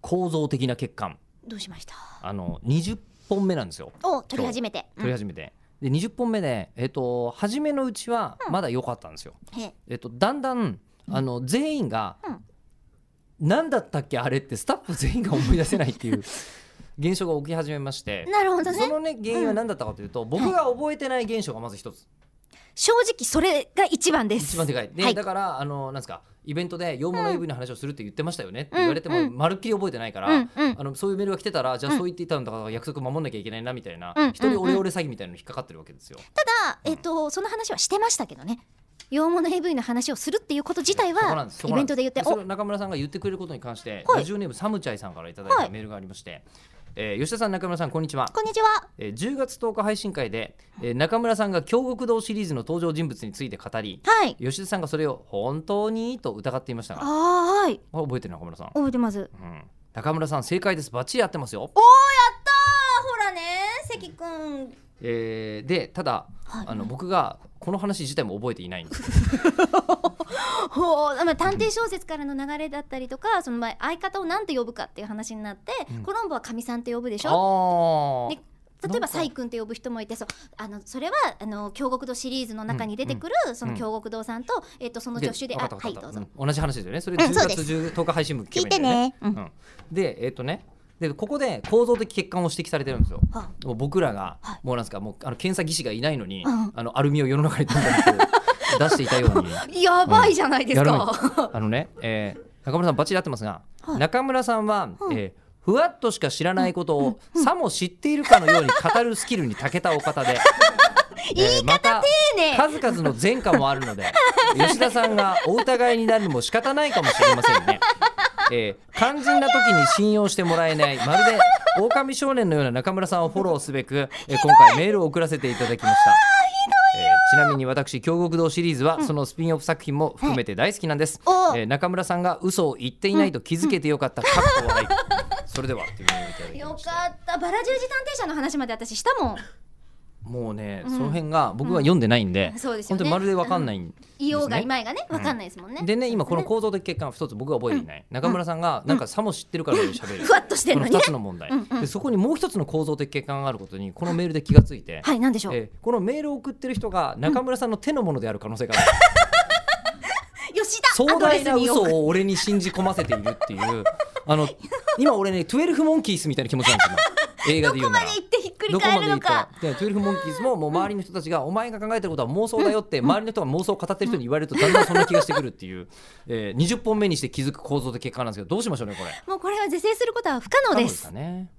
構造的な欠陥どうしましたあの20本目なんですよお取り始めて、取り始めて、で20本目で、えっと初めのうちはまだ良かったんですよ、うんへえっとだんだんあの全員が、うん何だったっけあれってスタッフ全員が思い出せない っていう現象が起き始めましてなるほどそねのね原因は何だったかというと、僕が覚えてない現象がまず一つ正直それが一番です一番でかいで、はいだからあのなんですかイベントで「洋物 AV の話をするって言ってましたよね」って言われてうんもうんまるっきり覚えてないから、うんうんあのそういうメールが来てたらじゃあうそうん言っていたんだから約束守んなきゃいけないなみたいな、うん一人オレオレ詐欺みたいなのに引っかかってるわけですよ。ただ、えっと、その話はしてましたけどね洋物 AV の話をするっていうこと自体そこなんはすイベントで言ってそこなんすそれおを中村さんが言ってくれることに関して、はいラジオネームサムチャイさんからいただいはたいメールがありまして、えー吉田さん中村さんこんにちは。こんにちはえー10月10日配信会で、えー中村さんが京極堂シリーズの登場人物について語りはい吉田さんがそれを本当にと疑っていましたがあーはいあ覚えてる中村さん、覚えてますうん、中村さん正解ですバッチリ合ってますよ、あほらね関くんえーでただ、はいあの僕がこの話自体も覚えていないんですほうまあ、探偵小説からの流れだったりとかその前相方を何て呼ぶかっていう話になって、んコロンボはかみさんって呼ぶでしあょーね例えなんかば「サイ君」って呼ぶ人もいてそうあのそれはあの京極堂シリーズの中に出てくる、その京極堂さんと、えっとそので助手でわかあったわかはっいたどうぞ、うん同じ話ですよねそれうん10そう月です10 10日配信分聞けばいいんだよね聞いてねうんでえっ、とねでここで構造的欠陥を指摘されてるんですよはもう僕らが、はいもうなんですかもうあの検査技師がいないのに、うんあのアルミを世の中にどんどんこう出していたようにやばいじゃないですやか、らない あのね、えー中村さんバッチリ合ってますが、はい中村さんは、うんえーふわっとしか知らないことを、さも知っているかのように語るスキルに長けたお方 で言い方丁寧数々の前科もある ので吉田さんがお疑いになるのも仕方ないかもしれませんね。えー肝心な時に信用してもらえないまるで狼少年のような中村さんをフォローすべく、えー今回メールを送らせていただきました。えーちなみに私京極堂シリーズはそのスピンオフ作品も含めて大好きなんです、はいおーえー中村さんが嘘を言っていないと気づけてよかった、かっこ笑いそれではっていうのをいただきよましたかったバラ十字探偵社の話まで私したもんもうね、うんその辺が僕は読んでないんで,、うんそうですよ本当ねにまるでわかんないんです、ね言おうが今井がね分かんないですもんね、でね今この構造的欠陥は一つ僕は覚えていない、中村さんがなんかさも知ってるからより喋る、ふわっとしてんこののに2ねつの問題、うんうんでそこにもう一つの構造的欠陥があることにこのメールで気がついて、はい何でしょう、えーこのメールを送ってる人が中村さんの手のものである可能 性がある、吉田壮アドレ大スなに嘘よくを俺に信じ込ませているっていうあの今俺ね12モンキースみたいな気持ちなん ですよ映画で言うならまで行ってひっくり返るのかどこまで行ったで12モンキーズももう周りの人たちがお前が考えてることは妄想だよって周りの人が妄想を語ってる人に言われるとだんだんそんな気がしてくるっていう、えー、20本目にして気づく構造的結果なんですけどどうしましょうねこれもうこれは是正することは不可能可能でですすかね